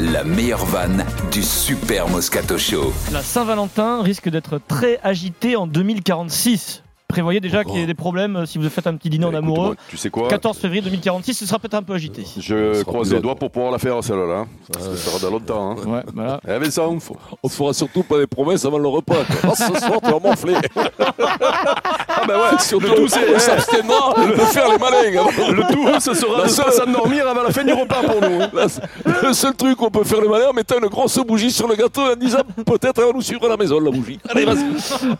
la meilleure vanne du Super Moscato Show. La Saint-Valentin risque d'être très agitée en 2046. Prévoyez déjà Pourquoi qu'il y ait des problèmes euh, si vous faites un petit dîner en Écoute, amoureux. moi, Tu sais quoi 14 février 2046, ce sera peut-être un peu agité. Je sera croise plus les là, doigts pour pouvoir la faire celle-là. hein. Ça sera dans longtemps. Hein. Ouais, voilà. Eh Vincent, faut- On te fera surtout pas des promesses avant le repas. quoi. Ah, ce soir, tu vas m'enfler. ah ben ouais, surtout, le tout c'est on eh, s'abstiendra de faire les malins. avant le tout, ce sera La de seule- pas s'endormir avant la fin du repas pour nous. hein. La- le seul truc où on peut faire le malin en mettant une grosse bougie sur le gâteau et en disant peut-être elle va nous suivre à la maison la bougie. Allez, vas-y.